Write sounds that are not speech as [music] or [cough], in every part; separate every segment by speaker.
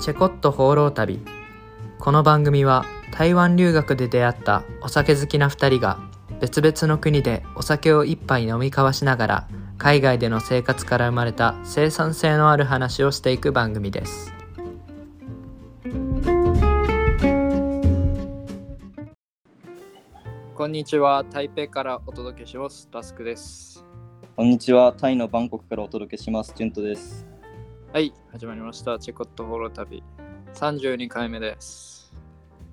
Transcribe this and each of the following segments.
Speaker 1: チェコット放浪旅この番組は台湾留学で出会ったお酒好きな2人が別々の国でお酒を一杯飲み交わしながら海外での生活から生まれた生産性のある話をしていく番組ですこんにちは台北からお届けしますタスクです
Speaker 2: こんにちは。タイのバンコクからお届けします。ジュントです。
Speaker 1: はい始まりましたチェコット放浪旅32回目です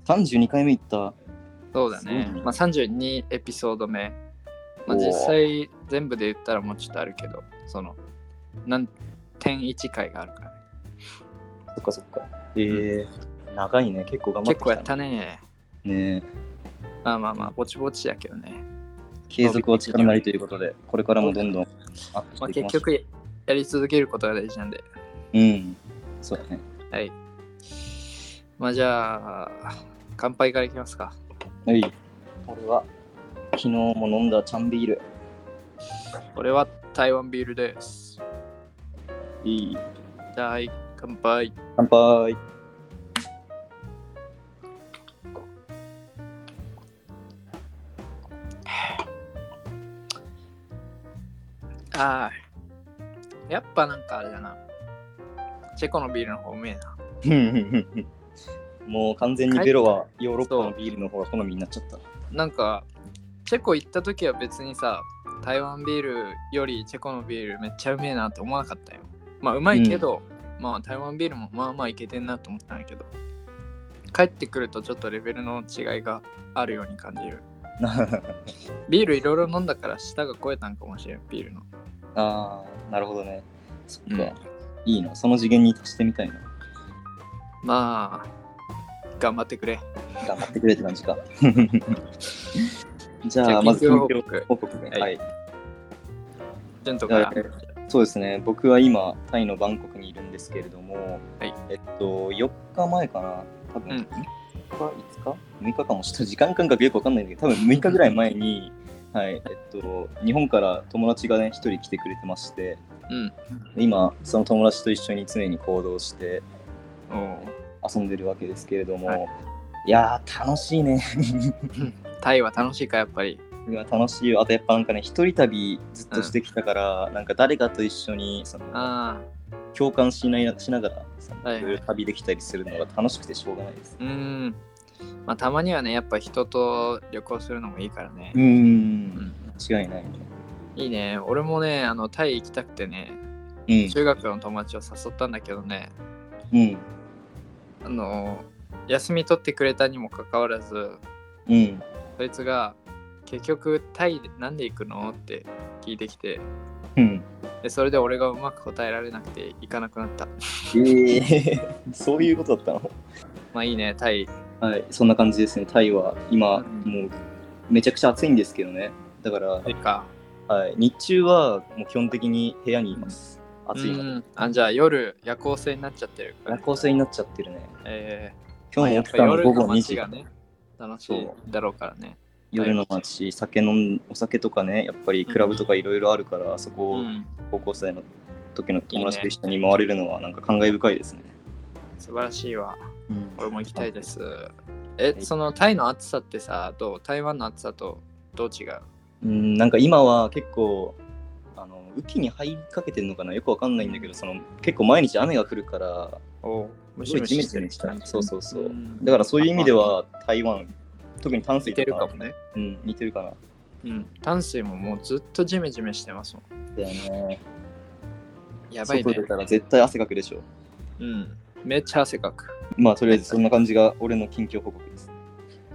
Speaker 2: 32回目行った。
Speaker 1: そうだね
Speaker 2: そうだね
Speaker 1: まあ32エピソード目まあ
Speaker 2: おー
Speaker 1: 実際全部で言ったらもうちょっとあるけどその何点1回があるからね
Speaker 2: そっかそっか。ええ長いね。結構頑張って
Speaker 1: 結
Speaker 2: き
Speaker 1: 構
Speaker 2: た、ね。
Speaker 1: やったね
Speaker 2: ね
Speaker 1: まあまあまあぼちぼちやけどね、
Speaker 2: え継続は力なりということで、これからもどんどんアップ
Speaker 1: ま
Speaker 2: し
Speaker 1: あ、
Speaker 2: ていき
Speaker 1: 結
Speaker 2: ましょう。
Speaker 1: 局やり続けることが大事なんで
Speaker 2: うん。そうだね。
Speaker 1: はいまあじゃあ乾杯からいきますか
Speaker 2: はい。俺は、昨日も飲んだチャンビール。
Speaker 1: これは台湾ビールです
Speaker 2: いい。
Speaker 1: じゃあはい乾杯
Speaker 2: 乾杯。
Speaker 1: ああやっぱなんかあれだなチェコのビールの方うめえな
Speaker 2: [laughs] もう完全にベロはヨーロッパのビールの方が好みになっちゃった。
Speaker 1: なんかチェコ行った時は別にさ台湾ビールよりチェコのビールめっちゃうめえなって思わなかったよまあうまいけど、まあ台湾ビールもまあまあいけてんなと思ったんだけど帰ってくるとちょっとレベルの違いがあるように感じるビールいろいろ飲んだから舌が超えたんかもしれんビールの
Speaker 2: [laughs] ああ、なるほどね。そっか。
Speaker 1: うん
Speaker 2: いいな。その次元に達してみたいな。
Speaker 1: まあ頑張ってくれ
Speaker 2: 頑張ってくれって感じか。 [laughs] じ
Speaker 1: じ
Speaker 2: ゃ
Speaker 1: ゃあ
Speaker 2: あ、まず
Speaker 1: 近況報
Speaker 2: 近況
Speaker 1: 告
Speaker 2: 報告ね。
Speaker 1: は
Speaker 2: はいい。
Speaker 1: 順とから
Speaker 2: えそうですね、僕は今、タイのバンコクにいるんですけれども、
Speaker 1: はい
Speaker 2: えっと、4日前かな、
Speaker 1: う
Speaker 2: 多
Speaker 1: ん
Speaker 2: 分、ん、5日 ?6 日かも、ちょっと時間感覚よくわかんないんだけど、多分6日ぐらい前に、はい、えっと、日本から友達がね、1人来てくれてまして、
Speaker 1: うん
Speaker 2: 今、その友達と一緒に常に行動して
Speaker 1: おう
Speaker 2: 遊んでるわけですけれども、、
Speaker 1: はい
Speaker 2: やー、楽しいね。
Speaker 1: タイは楽しいかやっぱり
Speaker 2: いや楽しいよあとやっぱなんかね一人旅ずっとしてきたから、なんか誰かと一緒にその
Speaker 1: あ
Speaker 2: 共感しないしながらその
Speaker 1: はい
Speaker 2: いろいろ旅できたりするのが楽しくてしょうがないです
Speaker 1: あうんまあたまにはねやっぱ人と旅行するのもいいからね
Speaker 2: うん
Speaker 1: うん
Speaker 2: 間違いないね
Speaker 1: いいね俺もねあのタイ行きたくてね
Speaker 2: うん
Speaker 1: 中学の友達を誘ったんだけどね
Speaker 2: うん
Speaker 1: あの休み取ってくれたにもかかわらず
Speaker 2: うん
Speaker 1: そいつが結局タイでなんで行くのって聞いてきて
Speaker 2: うん
Speaker 1: でそれで俺がうまく答えられなくて行かなくなった
Speaker 2: ええ [laughs] そういうことだったの
Speaker 1: まあいいねタイ
Speaker 2: はいそんな感じですねタイは今、
Speaker 1: うん
Speaker 2: もうめちゃくちゃ暑いんですけどねだから、
Speaker 1: いいか
Speaker 2: はい、日中はもう基本的に部屋にいます暑いの
Speaker 1: う
Speaker 2: で
Speaker 1: んあじゃあ夜夜行性になっちゃってる
Speaker 2: 夜行性になっちゃってるね
Speaker 1: えーま
Speaker 2: 今
Speaker 1: あ
Speaker 2: 日
Speaker 1: やっ
Speaker 2: も
Speaker 1: ぱ夜
Speaker 2: 起きたの午
Speaker 1: の
Speaker 2: 後2
Speaker 1: 街
Speaker 2: 時
Speaker 1: がね楽しいだろうからね
Speaker 2: 夜の街、酒飲んお酒とかねやっぱりクラブとかいろいろあるから、そ
Speaker 1: う
Speaker 2: こを
Speaker 1: ん
Speaker 2: 高校生の時の友達と一緒に回れるのはなんか感慨深いですね、
Speaker 1: 素晴らしいわ俺も行きたいですす。え、そのタイの暑さってさ、どう台湾の暑さとどう違う
Speaker 2: うんなんか今は結構あの雨季に入りかけてるのかなよくわかんないんだけどその結構毎日雨が降るから
Speaker 1: おむ
Speaker 2: すごいジメジメしたそうそうそう、
Speaker 1: ん
Speaker 2: だからそういう意味では台湾特に淡水
Speaker 1: 似てる
Speaker 2: と
Speaker 1: か
Speaker 2: か
Speaker 1: もね。
Speaker 2: うん、似てるかな
Speaker 1: うん。淡水ももうずっとジメジメしてますも
Speaker 2: だよね
Speaker 1: ん。やばいね
Speaker 2: 外出。たら絶対汗かくでしょ
Speaker 1: うん。めっちゃ汗かく。
Speaker 2: まあとりあえずそんな感じが俺の近況報告です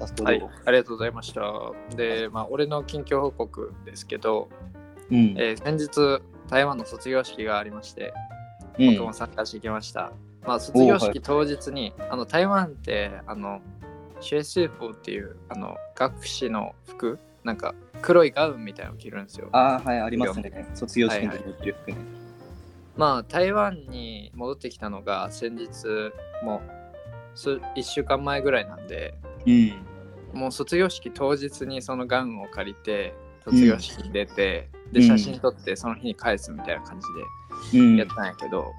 Speaker 2: あそこどう
Speaker 1: はい。ありがとうございました。で、まあ、俺の近況報告ですけど、
Speaker 2: うん
Speaker 1: えー先日、台湾の卒業式がありまして、
Speaker 2: うん
Speaker 1: 僕も参加してきました。まあ、卒業式当日に、あの台湾ってあのシュエスーフォーっていうあの学士の服なんか黒いガウンみたいなの着るんですよ。
Speaker 2: ああ、はい、ありますね。卒業式の時に着る服ね。
Speaker 1: まあ台湾に戻ってきたのが先日もう数1週間前ぐらいなんで
Speaker 2: うん。
Speaker 1: もう卒業式当日にそのガウンを借りて卒業式に出て、
Speaker 2: う
Speaker 1: で
Speaker 2: ん
Speaker 1: 写真撮ってその日に返すみたいな感じで、
Speaker 2: うん
Speaker 1: やったんやけど、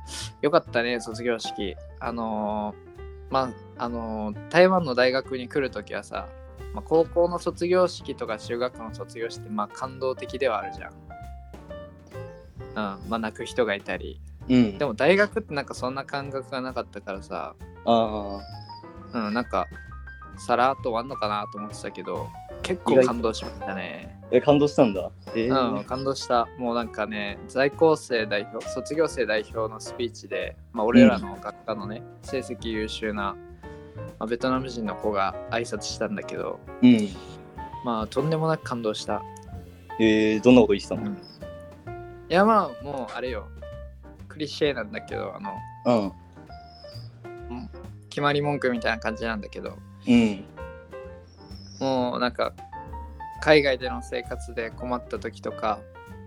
Speaker 1: よかったね、卒業式。あのーまあ、あのー台湾の大学に来るときはさ、まあ、高校の卒業式とか中学の卒業式って、まあ、感動的ではあるじゃん。うん、まあ、泣く人がいたり。
Speaker 2: うん
Speaker 1: でも大学ってなんかそんな感覚がなかったからさ、
Speaker 2: あ
Speaker 1: うん、なんか、さらっと終わんのかなと思ってたけど、結構感動しましたね。
Speaker 2: あえ感動したんだえ
Speaker 1: うん、
Speaker 2: ー
Speaker 1: 感動した。もうなんかね、在校生代表、卒業生代表のスピーチで、まあ、俺らの学科のね、成績優秀な、まあ、ベトナム人の子が挨拶したんだけど、
Speaker 2: うん
Speaker 1: まあ、とんでもなく感動した。
Speaker 2: えーどんなこと言ってた
Speaker 1: う
Speaker 2: の
Speaker 1: んいや、まあ、もうあれよ、クリシェなんだけど、あの、
Speaker 2: うん
Speaker 1: 決まり文句みたいな感じなんだけど、
Speaker 2: うん
Speaker 1: もうなんか、海外での生活で困った時とか、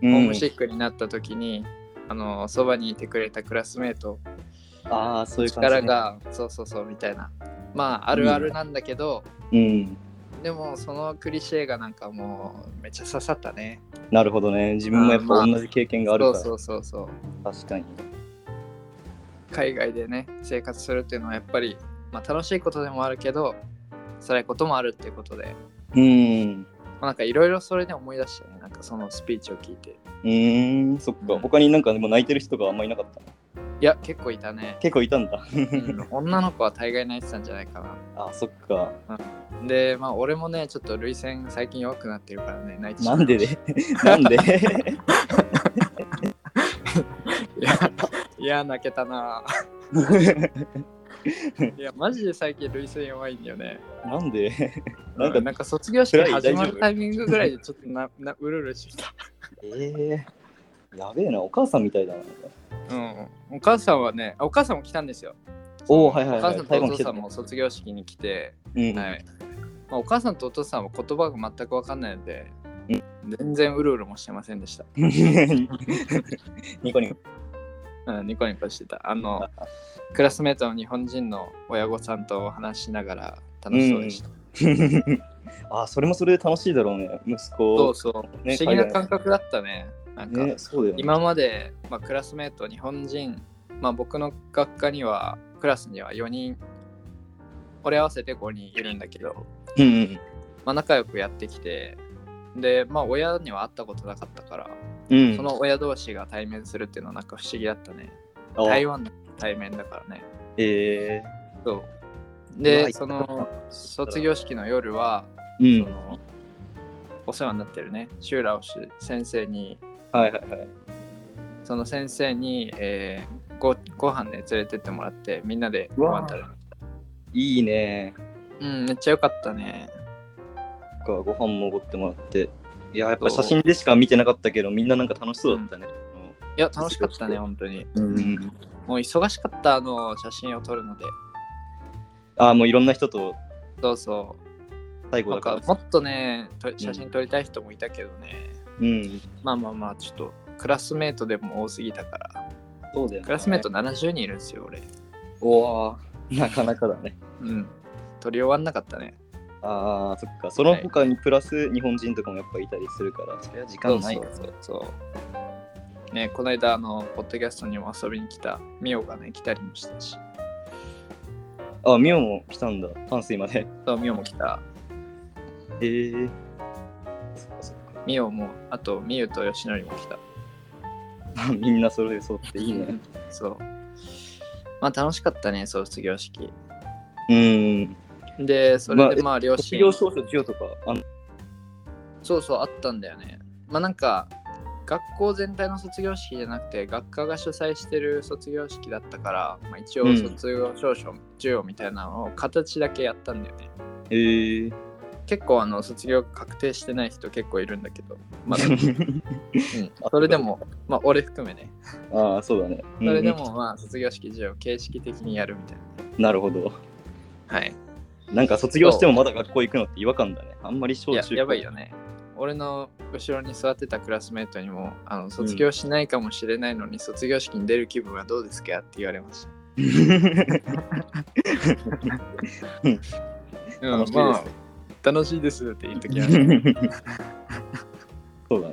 Speaker 2: うん
Speaker 1: ホームシックになった時に、あの、そばにいてくれたクラスメート、
Speaker 2: ああそういう感じ、ね、
Speaker 1: 力がそうそうそうみたいなまああるあるなんだけど、
Speaker 2: うん
Speaker 1: でもそのクリシェがなんかもうめっちゃ刺さったね
Speaker 2: なるほどね自分もやっ
Speaker 1: まあ
Speaker 2: ぱ同じ経験があるから、
Speaker 1: そうそうそうそう
Speaker 2: 確かに
Speaker 1: 海外でね生活するっていうのはやっぱり、まあ、楽しいことでもあるけど辛いこともあるっていうことで、
Speaker 2: うん
Speaker 1: まあ、なんかいろいろそれで思い出したねなんかそのスピーチを聞いて
Speaker 2: うーんそっか、他になんかでも泣いてる人があんまいなかった
Speaker 1: いや結構いたね、
Speaker 2: 結構いたん
Speaker 1: [laughs]
Speaker 2: だ [laughs]
Speaker 1: うん女の子は大概泣いてたんじゃないか
Speaker 2: あーそっか
Speaker 1: なでまあ俺もねちょっと涙腺最近弱くなってるからね泣いてしま
Speaker 2: な
Speaker 1: うん
Speaker 2: でねなんで [laughs]
Speaker 1: いや、いや泣けたな。いや、マジで最近、涙腺弱いんだよね。
Speaker 2: なんで [laughs]
Speaker 1: な
Speaker 2: なんん
Speaker 1: か、
Speaker 2: か
Speaker 1: なんか卒業式
Speaker 2: 暗い
Speaker 1: 始ま
Speaker 2: 大丈
Speaker 1: る
Speaker 2: 夫
Speaker 1: タイミングぐらいで、ちょっとな、 [laughs] な、うるうるしてきた。
Speaker 2: えー、やべえなお母さんみたいだな
Speaker 1: うん。お母さんはね、あお母さんも来たんですよ。
Speaker 2: おおはいはい
Speaker 1: お母
Speaker 2: はい
Speaker 1: さんとお父さんも卒業式に来て、
Speaker 2: うん、
Speaker 1: はい。まあ、お母さんとお父さんは言葉が全くわかんないので
Speaker 2: う、
Speaker 1: 全然うるうるもしてませんでした。[laughs]
Speaker 2: ニコニコ
Speaker 1: うん、ニコニコしてた。あの、クラスメートの日本人の親御さんとお話しながら楽しそうでした。
Speaker 2: あーそれもそれで楽しいだろうね息
Speaker 1: そう
Speaker 2: 子
Speaker 1: そう。
Speaker 2: ね
Speaker 1: 不思議な感覚だったね。なんか、
Speaker 2: ねそうだよね
Speaker 1: 今まで、まあ、クラスメート、日本人、まあ、僕の学科には、クラスには4人、俺合わせて5人いるんだけど、
Speaker 2: うんうん
Speaker 1: まあ、仲良くやってきて、で、まあ、親には会ったことなかったから、
Speaker 2: うん
Speaker 1: その親同士が対面するっていうのはなんか不思議だったね。
Speaker 2: あ
Speaker 1: 台湾の対面だからね。
Speaker 2: え
Speaker 1: そう。
Speaker 2: うわ
Speaker 1: で、
Speaker 2: 行きた
Speaker 1: そ
Speaker 2: かった
Speaker 1: の卒業式の夜は、
Speaker 2: ー、うん
Speaker 1: そのお世話になってるね、シューラオシ先生に
Speaker 2: はいはいはい
Speaker 1: その先生に、えーごご飯ね連れてってもらってみんなで
Speaker 2: う
Speaker 1: ご
Speaker 2: わ
Speaker 1: 飯食べる
Speaker 2: いいね
Speaker 1: うんめっちゃ良かったね
Speaker 2: かご飯もおごってもらっていややっぱ写真でしか見てなかったけどみんななんか楽しそうだったね
Speaker 1: いや楽しかったね本当に
Speaker 2: う
Speaker 1: も
Speaker 2: ん、
Speaker 1: う忙しかったあの写真を撮るので
Speaker 2: ああもういろんな人と
Speaker 1: そうそう
Speaker 2: 最後
Speaker 1: なん
Speaker 2: だか
Speaker 1: からもっとねと写真撮りたい人もいたけどね、
Speaker 2: うん
Speaker 1: まあまあまあちょっとクラスメートでも多すぎたから
Speaker 2: そうだよね
Speaker 1: クラスメート70人いるんですよ俺
Speaker 2: おわなかなかだね
Speaker 1: うん撮り終わんなかったね
Speaker 2: ああそっかその他にプラス日本人とかもやっぱいたりするから、それは時間ないよ
Speaker 1: そうそうそうねこの間あのポッドキャストにも遊びに来たミオがね来たりもしたし
Speaker 2: あミオも来たんだ淡水まで
Speaker 1: そうミオも来た
Speaker 2: えー、 [laughs] そっかそっか
Speaker 1: ミオも、あとミユとヨシノリも来た。
Speaker 2: あみんなそれでそうっていいね
Speaker 1: そう。まあ楽しかったね、卒業式。
Speaker 2: うん
Speaker 1: で、それで
Speaker 2: まあ
Speaker 1: まあ両
Speaker 2: 卒
Speaker 1: 親、
Speaker 2: 業証書授与とかあの
Speaker 1: そうそうあったんだよね。まあなんか、学校全体の卒業式じゃなくて、学科が主催してる卒業式だったから、まあ、一
Speaker 2: う
Speaker 1: 応
Speaker 2: ん
Speaker 1: 卒業証書、授与みたいなのを形だけやったんだよね。
Speaker 2: えー、、
Speaker 1: 結構あの卒業確定してない人結構いるんだけど、まだ
Speaker 2: [laughs]
Speaker 1: うんそれでも、まあ俺含めね、
Speaker 2: ああそうだね
Speaker 1: それでもまあ卒業式授与を形式的にやるみたい
Speaker 2: うんなるほど
Speaker 1: な。はい。
Speaker 2: なんか卒業してもまだ学校行くのって違和感だね。あんまり小
Speaker 1: い
Speaker 2: 中
Speaker 1: や
Speaker 2: 高
Speaker 1: やばい
Speaker 2: [laughs]
Speaker 1: よね。俺の後ろに座ってたクラスメートにもあの卒業しないかもしれないのに、卒業式に出る気分はどうですかって言われました。うん
Speaker 2: 楽しいです
Speaker 1: まあ楽しいですって言うときは、
Speaker 2: そうだ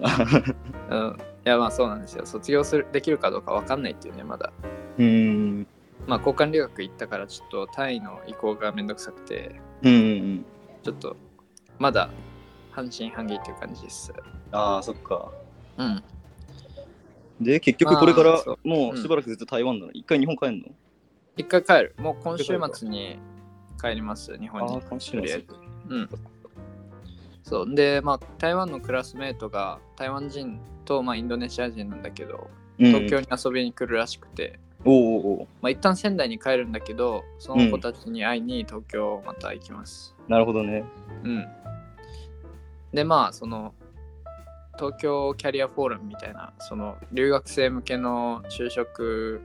Speaker 2: な。 [laughs]
Speaker 1: うん。いや、まあそうなんですよ。卒業するできるかどうかわかんないっていうね、まだ。
Speaker 2: うーん。
Speaker 1: まあ交換留学行ったから、ちょっと単位の移行がめんどくさくて、
Speaker 2: うんうんうん。
Speaker 1: ちょっとまだ半信半疑っていう感じです。
Speaker 2: ああ、そっか。
Speaker 1: うん。
Speaker 2: で、結局これか
Speaker 1: あ
Speaker 2: ら
Speaker 1: ーそうう
Speaker 2: も
Speaker 1: ん
Speaker 2: うしばらくずっと台湾なの。一回日本帰んの
Speaker 1: 一回帰る。もう今週末に帰ります、日本
Speaker 2: ああ
Speaker 1: に
Speaker 2: ー、。かもし
Speaker 1: と
Speaker 2: れ
Speaker 1: りあ
Speaker 2: な
Speaker 1: え
Speaker 2: い
Speaker 1: ず。うん。そう。で、まあ台湾のクラスメートが台湾人と、まあ、インドネシア人なんだけど、東京
Speaker 2: うん
Speaker 1: に遊びに来るらしくて、
Speaker 2: おうおうおう
Speaker 1: まあ、一旦仙台に帰るんだけど、その子たちに会いに東京また行きます。
Speaker 2: なるほどね。
Speaker 1: うん。で、まあ、その、東京キャリアフォーラムみたいな、その、留学生向けの就職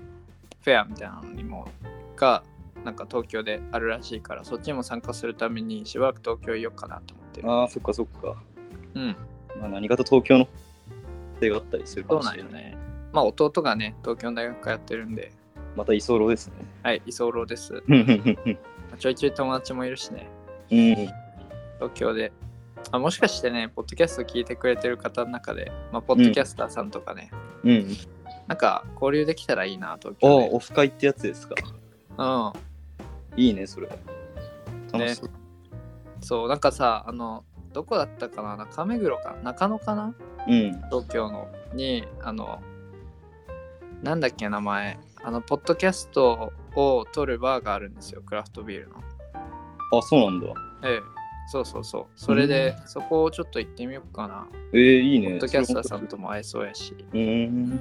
Speaker 1: フェアみたいなのにも、が、なんか東京であるらしいから、そっちにも参加するために、しばらく東京いようかなと思ってる。
Speaker 2: ああ、そっかそっか。
Speaker 1: うん、
Speaker 2: まあ、何かと東京の手があったりするか
Speaker 1: そう
Speaker 2: も
Speaker 1: な
Speaker 2: し
Speaker 1: ん
Speaker 2: れ
Speaker 1: よ
Speaker 2: ない。
Speaker 1: ね。まあ、弟がね、東京の大学通ってるんで、
Speaker 2: また居候ですね。 [laughs]
Speaker 1: はい、居候です。
Speaker 2: うんうんうん
Speaker 1: まあちょいちょい友達もいるしね。
Speaker 2: うんうん。
Speaker 1: 東京で。あもしかしてね、ポッドキャスト聞いてくれてる方の中で、まあ、ポッドキャスターさんとかね、
Speaker 2: うん。
Speaker 1: なんか交流できたらいいな、東
Speaker 2: ああ、
Speaker 1: 京で。
Speaker 2: オフ会ってやつですか。いいね、それ。楽しそう。
Speaker 1: うん、そう、なんかさ、あの、どこだったかな中目黒か中野かな
Speaker 2: うん。
Speaker 1: 東京の。に、あの、なんだっけ、名前。あの、ポッドキャストを撮るバーがあるんですよ、クラフトビールの。
Speaker 2: あ、そうなんだ。
Speaker 1: ええ、そうそうそう。それで、そこをちょっと行ってみようかな。
Speaker 2: えー、いい
Speaker 1: ポ
Speaker 2: ね。
Speaker 1: ッドキャスターさんとも会えそうやし。
Speaker 2: うーん。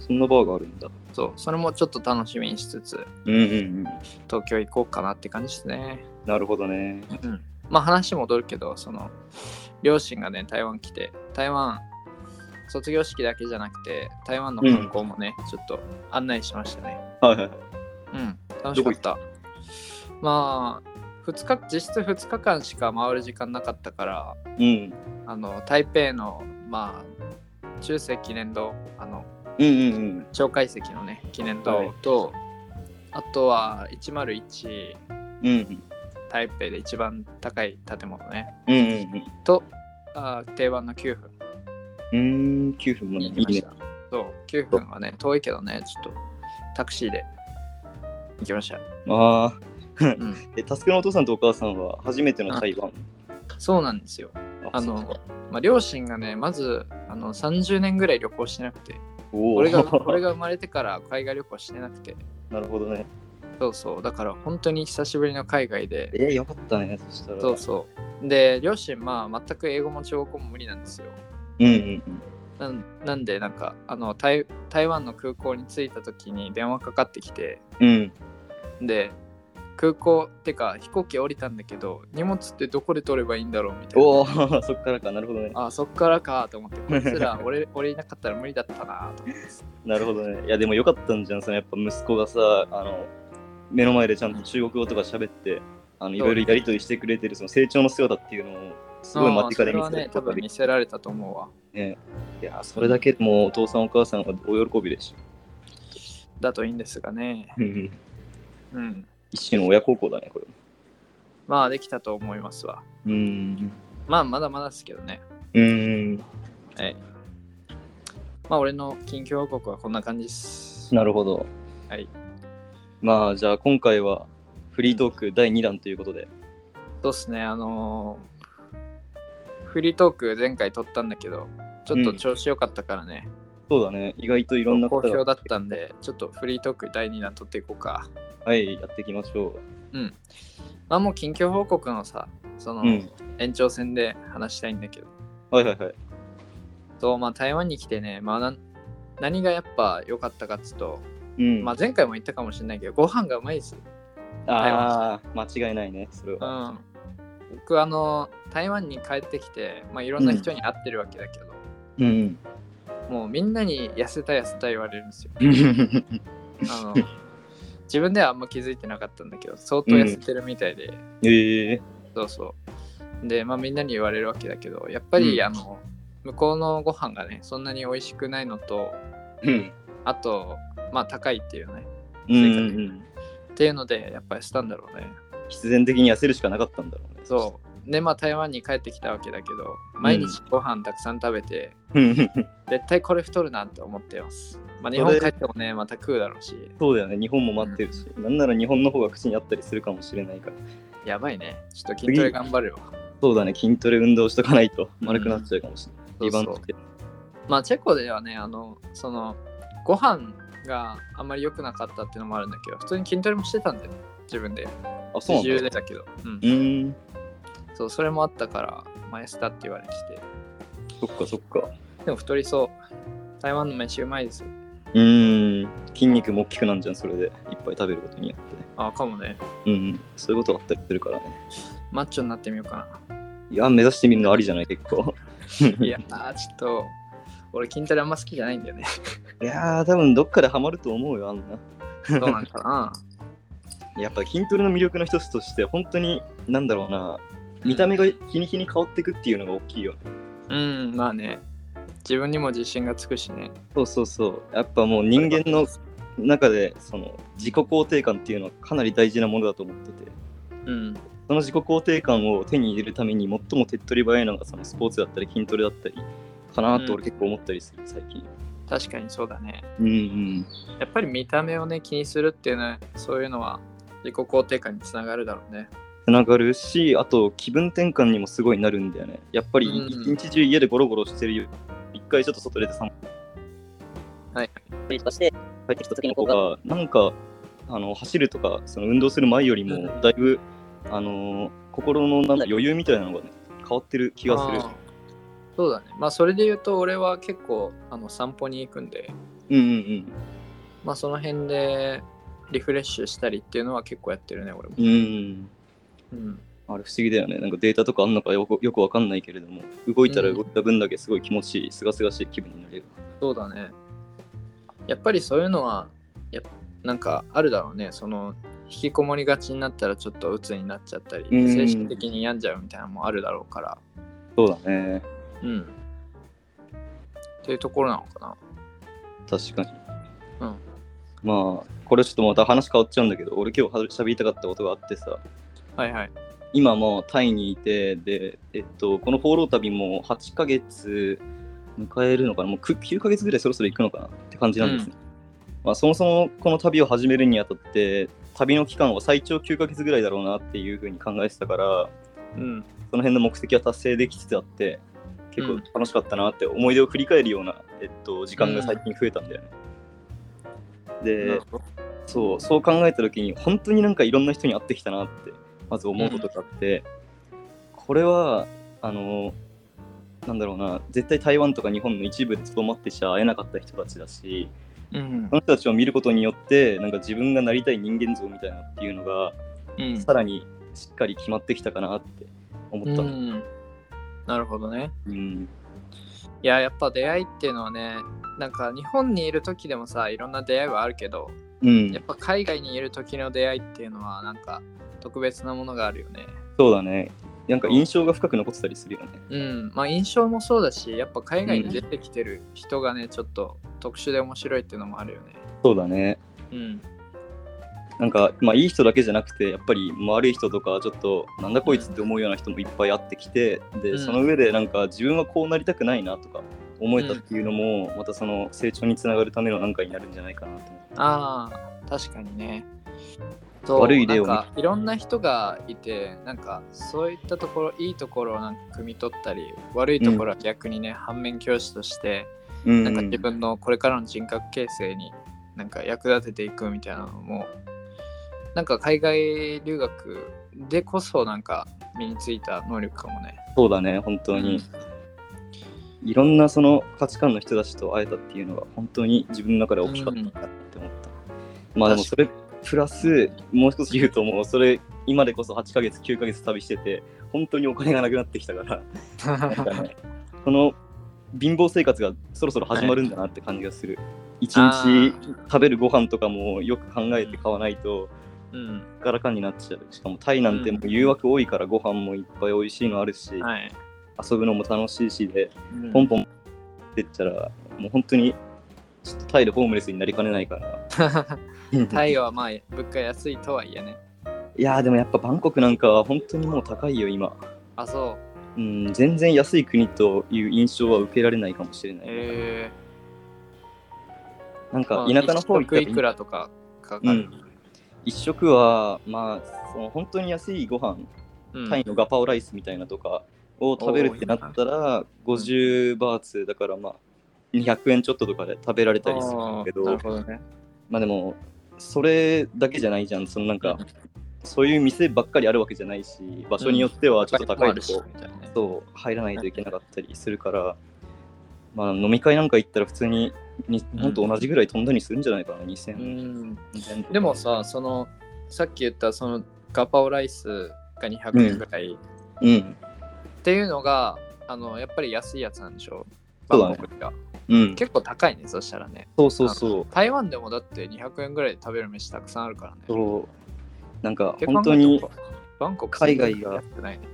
Speaker 2: そんなバーがあるんだ。
Speaker 1: そう、それもちょっと楽しみにしつつ。
Speaker 2: うんうんうん。
Speaker 1: 東京行こうかなって感じですね。
Speaker 2: なるほどね。
Speaker 1: うん、まあ話戻るけど、その両親がね、台湾来て、台湾卒業式だけじゃなくて、台湾の観光もね、ちょっと案内しましたね。
Speaker 2: はいはいはい。
Speaker 1: うん、楽しかった。まあ、2日、実質2日間しか回る時間なかったから、
Speaker 2: うん。
Speaker 1: あの、台北の、まあ、中世記念堂、あの、
Speaker 2: うんうんうん。
Speaker 1: 鳥海石のね、記念
Speaker 2: は
Speaker 1: 堂
Speaker 2: い
Speaker 1: と、あとは101、
Speaker 2: うんうん。
Speaker 1: 台北で一番高い建物ね。
Speaker 2: うんうん
Speaker 1: とあー定番の9分
Speaker 2: うん。うーん、9分もね。
Speaker 1: に行
Speaker 2: い
Speaker 1: きま
Speaker 2: い
Speaker 1: し
Speaker 2: ね
Speaker 1: た。。そう、9分はね、遠いけどね、ちょっとタクシーで行きました。
Speaker 2: ああ。
Speaker 1: うん、
Speaker 2: [laughs] え、タスクのお父さんとお母さんは初めての台湾。
Speaker 1: そうなんですよ。あの
Speaker 2: そっか
Speaker 1: まあ、両親がね、まずあの30年ぐらい旅行してなくて、
Speaker 2: お
Speaker 1: 俺が
Speaker 2: お。
Speaker 1: 俺が生まれてから海外旅行してなくて、
Speaker 2: [laughs] なるほどね。
Speaker 1: そうそう、だから本当に久しぶりの海外で、
Speaker 2: えー、よかったね。そしたら。
Speaker 1: そうそう。で、両親、まあ、全く英語も中国語も無理なんですよ。
Speaker 2: うんうんうん。
Speaker 1: なんなんで、なんかあの台、台湾の空港に着いた時に電話かかってきて、
Speaker 2: うん。
Speaker 1: で空港ってか飛行機降りたんだけど荷物ってどこで取ればいいんだろうみたいな
Speaker 2: おお、 [laughs] そっからか。なるほどね。
Speaker 1: あそっからかと思
Speaker 2: [laughs]
Speaker 1: ってこいつら俺俺いなかったら無理だったなと思って
Speaker 2: なるほどね。いや、でもよかったんじゃん。そのやっぱ息子がさ、あの、目の前でちゃんと中国語とか喋って、あのいろいろやりとりしてくれてるその成長の姿っていうのを、すごい間
Speaker 1: あー
Speaker 2: 近で見
Speaker 1: それは
Speaker 2: せて
Speaker 1: ね
Speaker 2: るこ
Speaker 1: 多
Speaker 2: とが
Speaker 1: 分
Speaker 2: で
Speaker 1: 見
Speaker 2: き
Speaker 1: せられたと思うわ
Speaker 2: いや、それだけでもお父さんお母さんはお喜びでしょ。
Speaker 1: だといいんですがねうん
Speaker 2: 一種の親孝行だね、これ。
Speaker 1: まあできたと思いますわ
Speaker 2: うん。
Speaker 1: まあまだまだですけどね
Speaker 2: うん。
Speaker 1: はいまあ俺の近況報告はこんな感じです
Speaker 2: なるほど。
Speaker 1: はい。
Speaker 2: まあ、じゃあ今回は、フリートーク第2弾ということで。
Speaker 1: そうっすねあのーフリートーク前回撮ったんだけどちょっと調子良かったからね、
Speaker 2: そうだね。意外といろんなこ
Speaker 1: 好
Speaker 2: と
Speaker 1: 評
Speaker 2: が。
Speaker 1: だったんで、ちょっとフリートーク第2弾取っていこうか。
Speaker 2: はい、やっていきましょ
Speaker 1: まあもう近況報告のさ、その
Speaker 2: う。うん。
Speaker 1: 延長戦で話したいんだけど、
Speaker 2: はいはいはい。
Speaker 1: そうまあ台湾に来てね、まあなん何がやっぱ良かったかっつうと、
Speaker 2: うん。
Speaker 1: まあ前回も言ったかもしれないけど、ご飯がうまいです。
Speaker 2: ああ、間違いないね、それ
Speaker 1: う
Speaker 2: は。
Speaker 1: ん。僕あの、台湾に帰ってきて、まあいろんな人に会ってるわけだけど、
Speaker 2: うん。
Speaker 1: もうみんなに痩せた痩せた言われるんですよ。
Speaker 2: え
Speaker 1: あの自分ではあんま気づいてなかったんだけど、相当痩せてるみたいで、
Speaker 2: え
Speaker 1: そうそう。で、まあみんなに言われるわけだけど、やっぱり、
Speaker 2: うん
Speaker 1: あの、向こうのご飯がね、そんなに美味しくないのと、
Speaker 2: うん。
Speaker 1: あと、まあ高いっていうね。
Speaker 2: うん。
Speaker 1: っていうので、やっぱりしたんだろうね。
Speaker 2: 必然的に痩せるしかなかったんだろうね。
Speaker 1: そう。で、まあ、台湾に帰ってきたわけだけど、毎日ご飯たくさん食べて、絶対これ太るなって思ってます。まあ、日本帰ってもね、また食うだろうし、
Speaker 2: [laughs] そうだよね、日本も待ってるし、なんなら日本の方が口にあったりするかもしれないから。
Speaker 1: やばいね。ちょっと筋トレ頑張るわ。
Speaker 2: そうだね、筋トレ運動しとかないと丸くなっちゃうかもしれない。リバウンド
Speaker 1: そうそ
Speaker 2: し
Speaker 1: う
Speaker 2: て
Speaker 1: まあ、チェコではね、あの、その、ご飯があんまり良くなかったっていうのもあるんだけど、普通に筋トレもしてたんだよね、自分で。
Speaker 2: あ、そう
Speaker 1: 自
Speaker 2: な
Speaker 1: 重
Speaker 2: ん
Speaker 1: で
Speaker 2: だ。
Speaker 1: だけど。うん
Speaker 2: う。ーん、
Speaker 1: そう、それもあったから、マエスタって言われて
Speaker 2: そっかそっか。
Speaker 1: て。でも太りそう。台湾の飯うまいですよ。
Speaker 2: うーん、筋肉も大きくなんじゃん、それで。いっぱい食べることによってね。
Speaker 1: あ、かもね。
Speaker 2: うんうん、そういうことあったりするからね。
Speaker 1: マッチョになってみようか
Speaker 2: いや、目指してみるのありじゃない、結構。
Speaker 1: な。いやー、ちょっと、俺筋トレあんま好きじゃないんだよね。
Speaker 2: [laughs] いやー、多分どっかでハマると思うよ、あんな。
Speaker 1: どうなんか
Speaker 2: [laughs]
Speaker 1: な。
Speaker 2: やっぱ筋トレの魅力の一つとして、本当に、なんだろうな、見た目が日に日に変わっていくっていうのが大きいよね。
Speaker 1: うん、まあね。自分にも自信がつくしね。
Speaker 2: そうそうそう。やっぱもう人間の中で、その自己肯定感っていうのはかなり大事なものだと思ってて、
Speaker 1: うん。
Speaker 2: その自己肯定感を手に入れるために最も手っ取り早いのがそのスポーツだったり筋トレだったりかなと
Speaker 1: うん
Speaker 2: 俺結構思ったりする、最近。
Speaker 1: 確かにそうだね。
Speaker 2: うんうん。
Speaker 1: やっぱり見た目をね、気にするっていうのは、そういうのは自己肯定感につながるだろうね。
Speaker 2: つながるし、あと気分転換にもすごいなるんだよね。やっぱり
Speaker 1: うん
Speaker 2: 一日中家でゴロゴロしてるよ。一回ちょっと外出て散
Speaker 3: とかして、
Speaker 2: 帰ってきた時の方がなんかあの走るとかその運動する前よりも
Speaker 1: う
Speaker 2: だいぶ、あの心のなんだ余裕みたいなのが、ね、変わってる気がする
Speaker 1: あーそうだね。まあ、それで言うと、俺は結構、あの、散歩に行くんで、
Speaker 2: うんうん
Speaker 1: まあ、その辺で、リフレッシュしたりっていうのは結構やってるね、俺も
Speaker 2: う。んうん
Speaker 1: うん。
Speaker 2: あれ不思議だよねなんかデータとかあんのかよくよくわかんないけれども動いたら動いた分だけすごい気持ちいいすがすがしい気分になれる
Speaker 1: そうだね。やっぱりそういうのは、やっなんかあるだろうね。その、引きこもりがちになったらちょっと鬱になっちゃったり、
Speaker 2: うん
Speaker 1: 精神的に病んじゃうみたいなのもあるだろうから。
Speaker 2: そうだね
Speaker 1: うん。というところなのか
Speaker 2: 確かに
Speaker 1: うん
Speaker 2: まあこれちょっとまた話変わっちゃうんだけど俺今日は喋りたかったことがあってさ
Speaker 1: な。はいはい。
Speaker 2: 今もタイにいてで、えっと、この放浪旅も8ヶ月迎えるのかなもうく9ヶ月ぐらいそろそろ行くのかなって感じなんですね、まあ、そもそもこの旅を始めるにあたって旅の期間は最長9ヶ月ぐらいだろうなっていうふうに考えてたから
Speaker 1: うん。
Speaker 2: その辺の目的は達成できつつあって結構楽しかったなって思い出を振り返るような、えっと、時間が最近増えたんだよね、
Speaker 1: な
Speaker 2: で
Speaker 1: るほど
Speaker 2: そうそう考えた時に本当になんかいろんな人に会ってきたなってまず思うことがあって、これはあのなんだろうな絶対台湾とか日本の一部でとどまってしゃ会えなかった人たちだし
Speaker 1: うん
Speaker 2: そ。の人たちを見ることによってなんか自分がなりたい人間像みたいなっていうのが、
Speaker 1: うん
Speaker 2: さらにしっかり決まってきたかなって思った
Speaker 1: う
Speaker 2: の、
Speaker 1: ん。なるほどね。
Speaker 2: うん
Speaker 1: いや、やっぱ出会いっていうのはね、なんか日本にいる時でもさ、いろんな出会いはあるけど、
Speaker 2: うん
Speaker 1: やっぱ海外にいる時の出会いっていうのは、なんか特別なものがあるよね。
Speaker 2: そうだねなんか印象が深く残ってたりするよね
Speaker 1: うん。まあ印象もそうだし、やっぱ海外に出てきてる人がね、ちょっと特殊で面白いっていうのもあるよね。
Speaker 2: そうだね
Speaker 1: うん。
Speaker 2: なんか、まあ、いい人だけじゃなくてやっぱりまあ悪い人とかちょっとなんだこいつって思うような人もいっぱいあってきてで、
Speaker 1: うん
Speaker 2: その上でなんか自分はこうなりたくないなとか思えたっていうのも、またその成長につながるためのなんかになるんじゃないかなと思
Speaker 1: ああ、確かにね。そう
Speaker 2: 悪い例を見
Speaker 1: なんかいろんな人がいて、なんかそういったところ、いいところをなんか汲み取ったり、悪いところは逆にね、反面教師として、
Speaker 2: う、うん
Speaker 1: なんか自分のこれからの人格形成になんか役立てていくみたいなのも、なんか海外留学でこそなんか身についた能力かもね。
Speaker 2: そうだね本当
Speaker 1: [laughs]
Speaker 2: に、いろんなその価値観の人たちと会えたっていうのが本当に自分の中で大きかったなって思った、まあでもそれプラスもう少し言うともうそれ今でこそ8ヶ月9ヶ月旅してて本当にお金がなくなってき
Speaker 1: [laughs]
Speaker 2: たからなんかねこの貧乏生活がそろそろ始まるんだなって感じがする。一
Speaker 1: あ
Speaker 2: 日
Speaker 1: ー
Speaker 2: 食べるご飯とかもよく考えて買わないと、
Speaker 1: うん。
Speaker 2: ガラカンになっちゃう。しかもタイなんてもう誘惑多いからご飯もいっぱい美味しいのあるし、
Speaker 1: はい。
Speaker 2: 遊ぶのも楽しいしで、
Speaker 1: うん
Speaker 2: ポンポンってったら、もう本当にちょっとタイでホームレスになりかねないから。
Speaker 1: [laughs] タイはまあ物価安いとはいえね。
Speaker 2: いやーでもやっぱバンコクなんかは本当にもう高いよ今。
Speaker 1: あ、そう。
Speaker 2: うん、全然安い国という印象は受けられないかもしれない。
Speaker 1: え
Speaker 2: なん
Speaker 1: ーま
Speaker 2: か
Speaker 1: あ
Speaker 2: 田舎の方
Speaker 1: 一
Speaker 2: 行った
Speaker 1: 食
Speaker 2: ら
Speaker 1: いくらとかか
Speaker 2: う
Speaker 1: かる。
Speaker 2: ん、一食は、まあ、その本当に安いご飯、
Speaker 1: うん
Speaker 2: タイのガパオライスみたいなとかを食べるってなったら、
Speaker 1: おー
Speaker 2: 50バーツだから、まあ、200円ちょっととかで食べられたりするんだけ
Speaker 1: あーな
Speaker 2: ど
Speaker 1: る、ほどね。
Speaker 2: まあでも、それだけじゃないじゃん。そのなんか
Speaker 1: うん、
Speaker 2: そういう店ばっかりあるわけじゃないし、場所によってはちょっと高いとこ、
Speaker 1: みたいなね。
Speaker 2: そう入らないといけなかったりするから、まあ、飲み会なんか行ったら普通にに
Speaker 1: ん
Speaker 2: 本当同じぐらい飛んだりするんじゃないかな、
Speaker 1: う
Speaker 2: 2000円、
Speaker 1: ん。
Speaker 2: 2000円
Speaker 1: でもさ、その、さっき言った、その、ガパオライスが200円ぐらい、
Speaker 2: うん
Speaker 1: っていうのが、あの、やっぱり安いやつなんでしょ
Speaker 2: そうだね
Speaker 1: バンコクが
Speaker 2: うん
Speaker 1: 結構高いね、そしたらね。
Speaker 2: そうそうそう
Speaker 1: 台湾でもだって200円ぐらいで食べる飯たくさんあるからね。
Speaker 2: そうなんか
Speaker 1: って考えたら
Speaker 2: 本当に、
Speaker 1: バンコク
Speaker 2: 海外が
Speaker 1: やってないね。うん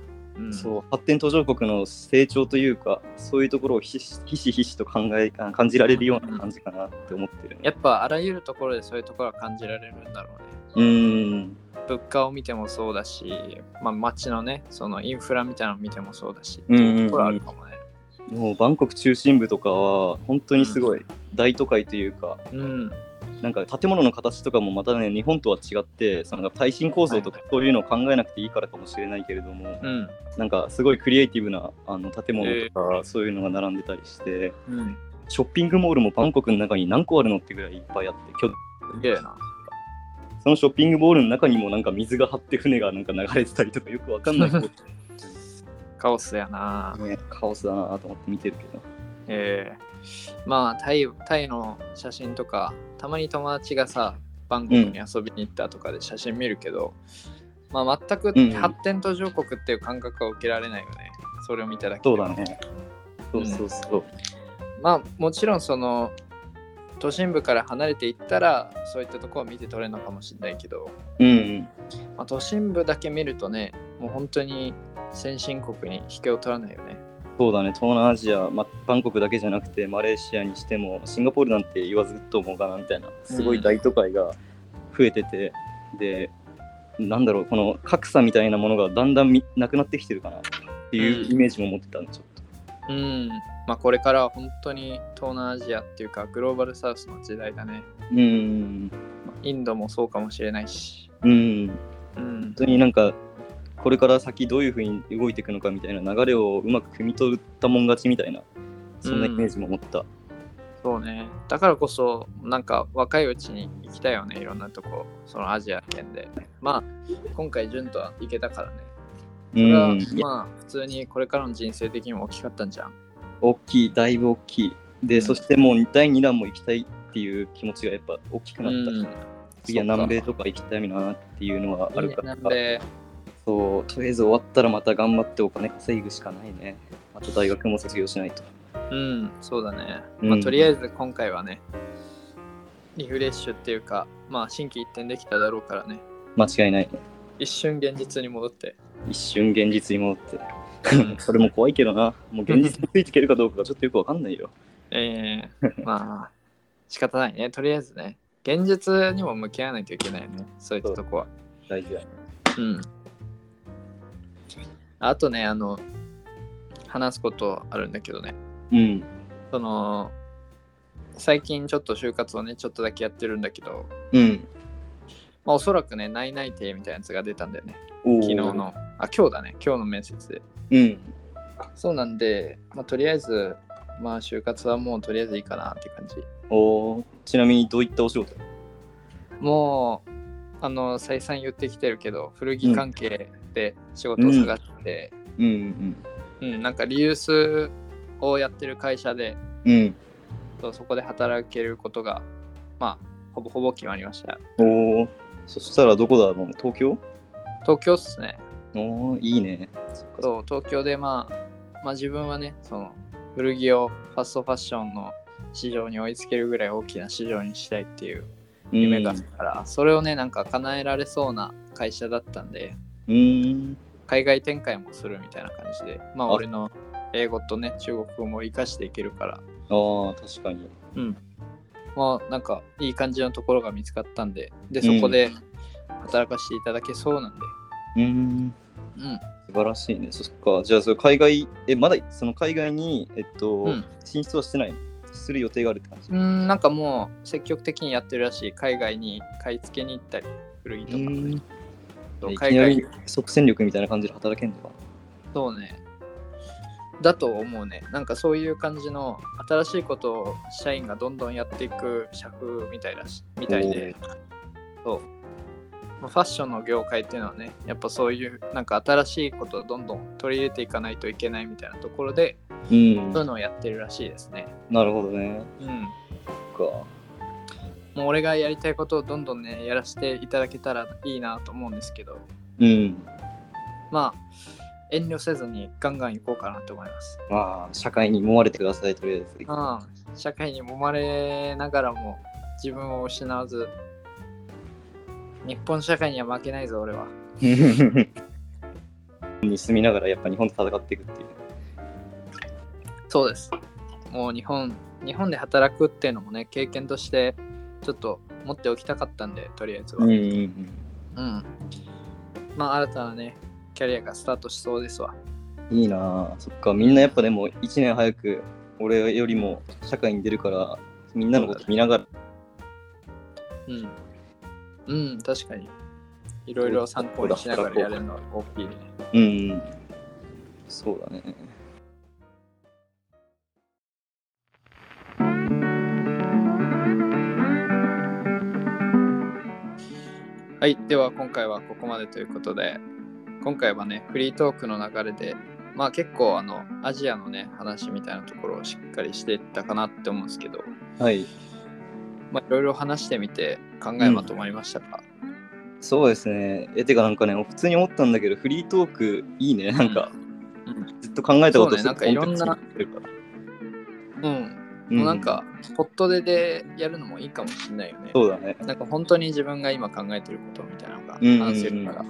Speaker 2: そう発展途上国の成長というかそういうところをひしひしひしと考えあ感じられるような感じかなって思ってるね
Speaker 1: やっぱあらゆるところでそういうところは感じられるんだろうね。
Speaker 2: うん
Speaker 1: 物価を見てもそうだし、まあ、街のね、そのインフラみたいなのを見てもそうだし、
Speaker 2: うんうんうん
Speaker 1: っていうところあるかもね。
Speaker 2: もうバンコク中心部とかは本当にすごい大都会というか、
Speaker 1: うん。
Speaker 2: なんか建物の形とかもまたね日本とは違ってその耐震構造とかそういうのを考えなくていいからかもしれないけれども、
Speaker 1: うん。
Speaker 2: なんかすごいクリエイティブなあの建物とかそういうのが並んでたりして、
Speaker 1: うん。
Speaker 2: ショッピングモールもバンコクの中に何個あるのってぐらいいっぱいあってきょ
Speaker 1: すげえな。
Speaker 2: そのショッピングモールの中にもなんか水が張って船がなんか流れてたりとかよくわかんない
Speaker 1: カオスやな。
Speaker 2: [laughs] ねカオスだなと思って見てるけど
Speaker 1: ええまあタイ、タイの写真とか、たまに友達がさ、バンコクに遊びに行ったとかで写真見るけど、まあ全く
Speaker 2: んうん
Speaker 1: 発展途上国っていう感覚は受けられないよね。それを見ただけで
Speaker 2: そ
Speaker 1: は
Speaker 2: うだねそうそうそう、
Speaker 1: まあもちろんその都心部から離れていったらそういったところは見て取れるのかもしれないけど、
Speaker 2: うん
Speaker 1: まあ、都心部だけ見るとねもう本当に先進国に引けを取らないよね
Speaker 2: そうだね、東南アジア、まあ、韓国だけじゃなくて、マレーシアにしても、シンガポールなんて言わずともがなみたいな、すごい大都会が増えてて、で、なんだろう、この格差みたいなものがだんだんみなくなってきてるかなっていうイメージも持ってたんで、ちょっと。
Speaker 1: うんまあこれからは本当に東南アジアっていうかグローバルサウスの時代だね
Speaker 2: うん、
Speaker 1: まあインドもそうかもしれないし
Speaker 2: うん、
Speaker 1: うん
Speaker 2: 本当になんか、これから先どういうふうに動いていくのかみたいな流れをうまく汲み取ったもん勝ちみたいな、そんなイメージも持った。
Speaker 1: そうねだからこそなんか若いうちに行きたいよねいろんなとこそのアジア圏でまあ今回潤とは行けたからねそ
Speaker 2: う
Speaker 1: れは
Speaker 2: ん、いや
Speaker 1: まあ普通にこれからの人生的にも大きかったんじゃん。
Speaker 2: 大きい、だいぶ大きい。
Speaker 1: う
Speaker 2: で、
Speaker 1: ん
Speaker 2: そしてもう第2弾も行きたいっていう気持ちがやっぱ大きくなったし、次は
Speaker 1: そっか
Speaker 2: 南米とか行きたいなっていうのはあるから、
Speaker 1: いいね南米
Speaker 2: そう、とりあえず終わったらまた頑張ってお金稼ぐしかないね。また大学も卒業しないと。
Speaker 1: うん、そうだね。
Speaker 2: うん
Speaker 1: まあとりあえず今回はね、リフレッシュっていうか、まあ心機一転できただろうからね、
Speaker 2: 間違いないね。
Speaker 1: 一瞬現実に戻って。
Speaker 2: 一瞬現実に戻っ
Speaker 1: う
Speaker 2: て。
Speaker 1: ん
Speaker 2: [laughs] それも怖いけどな。もう現実についていけるかどうかがちょっとよくわかんないよ。
Speaker 1: え
Speaker 2: [laughs]
Speaker 1: ー、まあ仕方ないね、とりあえずね。現実にも向き合わなきゃいけないよね、そういったとこは。
Speaker 2: 大事だよ。
Speaker 1: うん。あとね、あの、話すことあるんだけどね。
Speaker 2: うん。
Speaker 1: その最近ちょっと就活をねちょっとだけやってるんだけど、
Speaker 2: うん。
Speaker 1: まあ、おそらくね内内定みたいなやつが出たんだよね
Speaker 2: おー
Speaker 1: 昨日。のあ今日だね今日の面接で
Speaker 2: うん。
Speaker 1: そうなんで、まあ、とりあえずまあ就活はもうとりあえずいいかなって感じ
Speaker 2: おーちなみにどういったお仕事
Speaker 1: もうあの再三言ってきてるけど古着関係で仕事を探して、
Speaker 2: う
Speaker 1: う
Speaker 2: ん
Speaker 1: んなんかリユースをやってる会社で
Speaker 2: うん。うん。
Speaker 1: そうそこで働けることがまあほぼほぼ決まりました
Speaker 2: おお、そしたらどこだろう東京
Speaker 1: 東京っすね
Speaker 2: おお、いいね。そっか
Speaker 1: そう東京で、まあ、まあ自分はねその古着をファストファッションの市場に追いつけるぐらい大きな市場にしたいっていう夢があったから、それをねなんか叶えられそうな会社だったんで
Speaker 2: うん。うん
Speaker 1: 海外展開もするみたいな感じでまあ
Speaker 2: あ
Speaker 1: 俺の英語とね中国語も活かしていけるから
Speaker 2: ああ、確かに。
Speaker 1: まあなんかいい感じのところが見つかったんででそこで働かせていただけそうなんで、
Speaker 2: うん。
Speaker 1: うん
Speaker 2: 素晴らしいね。そっか、じゃあ、それ海外、え、まだ、その海外に、えっと、
Speaker 1: うん
Speaker 2: 進出はしてないのする予定があるって感じ。
Speaker 1: うん、なんかもう積極的にやってるらしい。海外に買い付けに行ったり、古着とか、
Speaker 2: うん
Speaker 1: そう
Speaker 2: いき
Speaker 1: 海
Speaker 2: なり
Speaker 1: 外、
Speaker 2: 即戦力みたいな感じで働けんのか。
Speaker 1: そうね。だと思うね。なんかそういう感じの新しいことを社員がどんどんやっていく社風みたいだし、みたいで。そう。まあファッションの業界っていうのはね、やっぱそういうなんか新しいことをどんどん取り入れていかないといけないみたいなところで、
Speaker 2: うん
Speaker 1: そうい、うのをやってるらしいですね。
Speaker 2: なるほどね。
Speaker 1: うん。
Speaker 2: そっか。
Speaker 1: もう俺がやりたいことをどんどんね、やらせていただけたらいいなと思うんですけど、
Speaker 2: うん。
Speaker 1: まあ、遠慮せずにガンガン行こうかなと思います。
Speaker 2: まあ、社会に揉まれてください、とりあえず。
Speaker 1: うん、社会に揉まれながらも自分を失わず、日本社会には負けないぞ、俺は。
Speaker 2: [laughs] に住みながらやっぱ日本と戦っていくっていう。
Speaker 1: そうです。もう日本、日本で働くっていうのもね、経験としてちょっと持っておきたかったんで、とりあえずは。
Speaker 2: ん
Speaker 1: うん。
Speaker 2: うん
Speaker 1: まあ、新たなね、キャリアがスタートしそうですわ。
Speaker 2: うん、いいなあそっか、みんなやっぱでも1年早く俺よりも社会に出るから、みんなのこと見ながら、
Speaker 1: うん。うん、確かに。いろいろ参考にしながらやれるのは大きいね。
Speaker 2: うん、うん、そうだね。
Speaker 1: はい、では今回はここまでということで、今回はね、フリートークの流れで、まあ結構あの、アジアのね、話みたいなところをしっかりしていったかなって思うんですけど、
Speaker 2: はい。
Speaker 1: まあいろいろ話してみて考えまとまりましたか、
Speaker 2: そうですね。え、てかなんかね、普通に思ったんだけど、フリートークいいね。なんか、
Speaker 1: うん
Speaker 2: ずっと考えたこ
Speaker 1: そう
Speaker 2: と
Speaker 1: ねなんかいろんなうん。
Speaker 2: う
Speaker 1: もうなん、か、ホットででやるのもいいかもしれないよね。
Speaker 2: そうだね。
Speaker 1: なんか本当に自分が今考えてることみたいなのが
Speaker 2: うんうんうん
Speaker 1: 話せるから、ま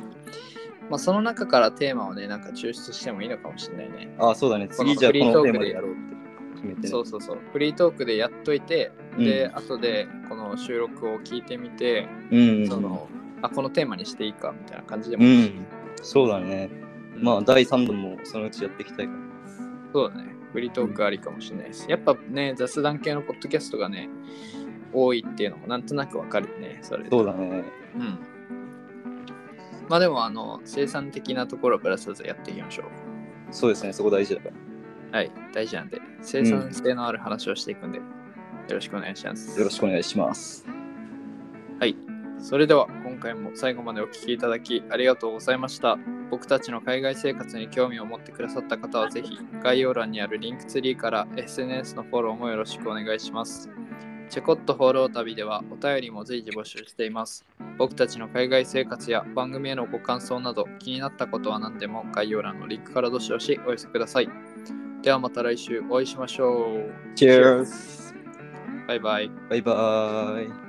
Speaker 1: あその中からテーマをね、なんか抽出してもいいのかもしれないね。
Speaker 2: あ、そうだね。
Speaker 1: この
Speaker 2: 次じゃあこ
Speaker 1: フ
Speaker 2: の
Speaker 1: リー
Speaker 2: テー
Speaker 1: トークで
Speaker 2: マでやろうって決めてね。
Speaker 1: そうそうそう。フリートークでやっといて、で、
Speaker 2: う
Speaker 1: 後でこの収録を聞いてみて、
Speaker 2: うんうん
Speaker 1: その、あ、このテーマにしていいかみたいな感じでも
Speaker 2: う
Speaker 1: いいし、
Speaker 2: ん。そうだね。
Speaker 1: うん
Speaker 2: まあ、第3弾もそのうちやっていきたいから。
Speaker 1: そうだね。フリートークありかもしれないです。やっぱね、雑談系のポッドキャストがね、多いっていうのもなんとなくわかるよね、それで
Speaker 2: そうだね。
Speaker 1: うん。まあでも、あの、生産的なところからさずやっていきましょう。
Speaker 2: そうですね。そこ大事だから。
Speaker 1: はい、大事なんで、生産性のある話をしていくんで、よろしくお願いします。
Speaker 2: よろしくお願いします。
Speaker 1: はい。それでは、今回も最後までお聞きいただきありがとうございました。僕たちの海外生活に興味を持ってくださった方は、ぜひ概要欄にあるリンクツリーから SNS のフォローもよろしくお願いします。チェコットフォロー旅ではお便りも随時募集しています。僕たちの海外生活や番組へのご感想など気になったことは何でも概要欄のリンクからどしどしお寄せください。ではまた来週お会いしましょう。
Speaker 2: Cheers!
Speaker 1: バイバイ。
Speaker 2: バイバーイ。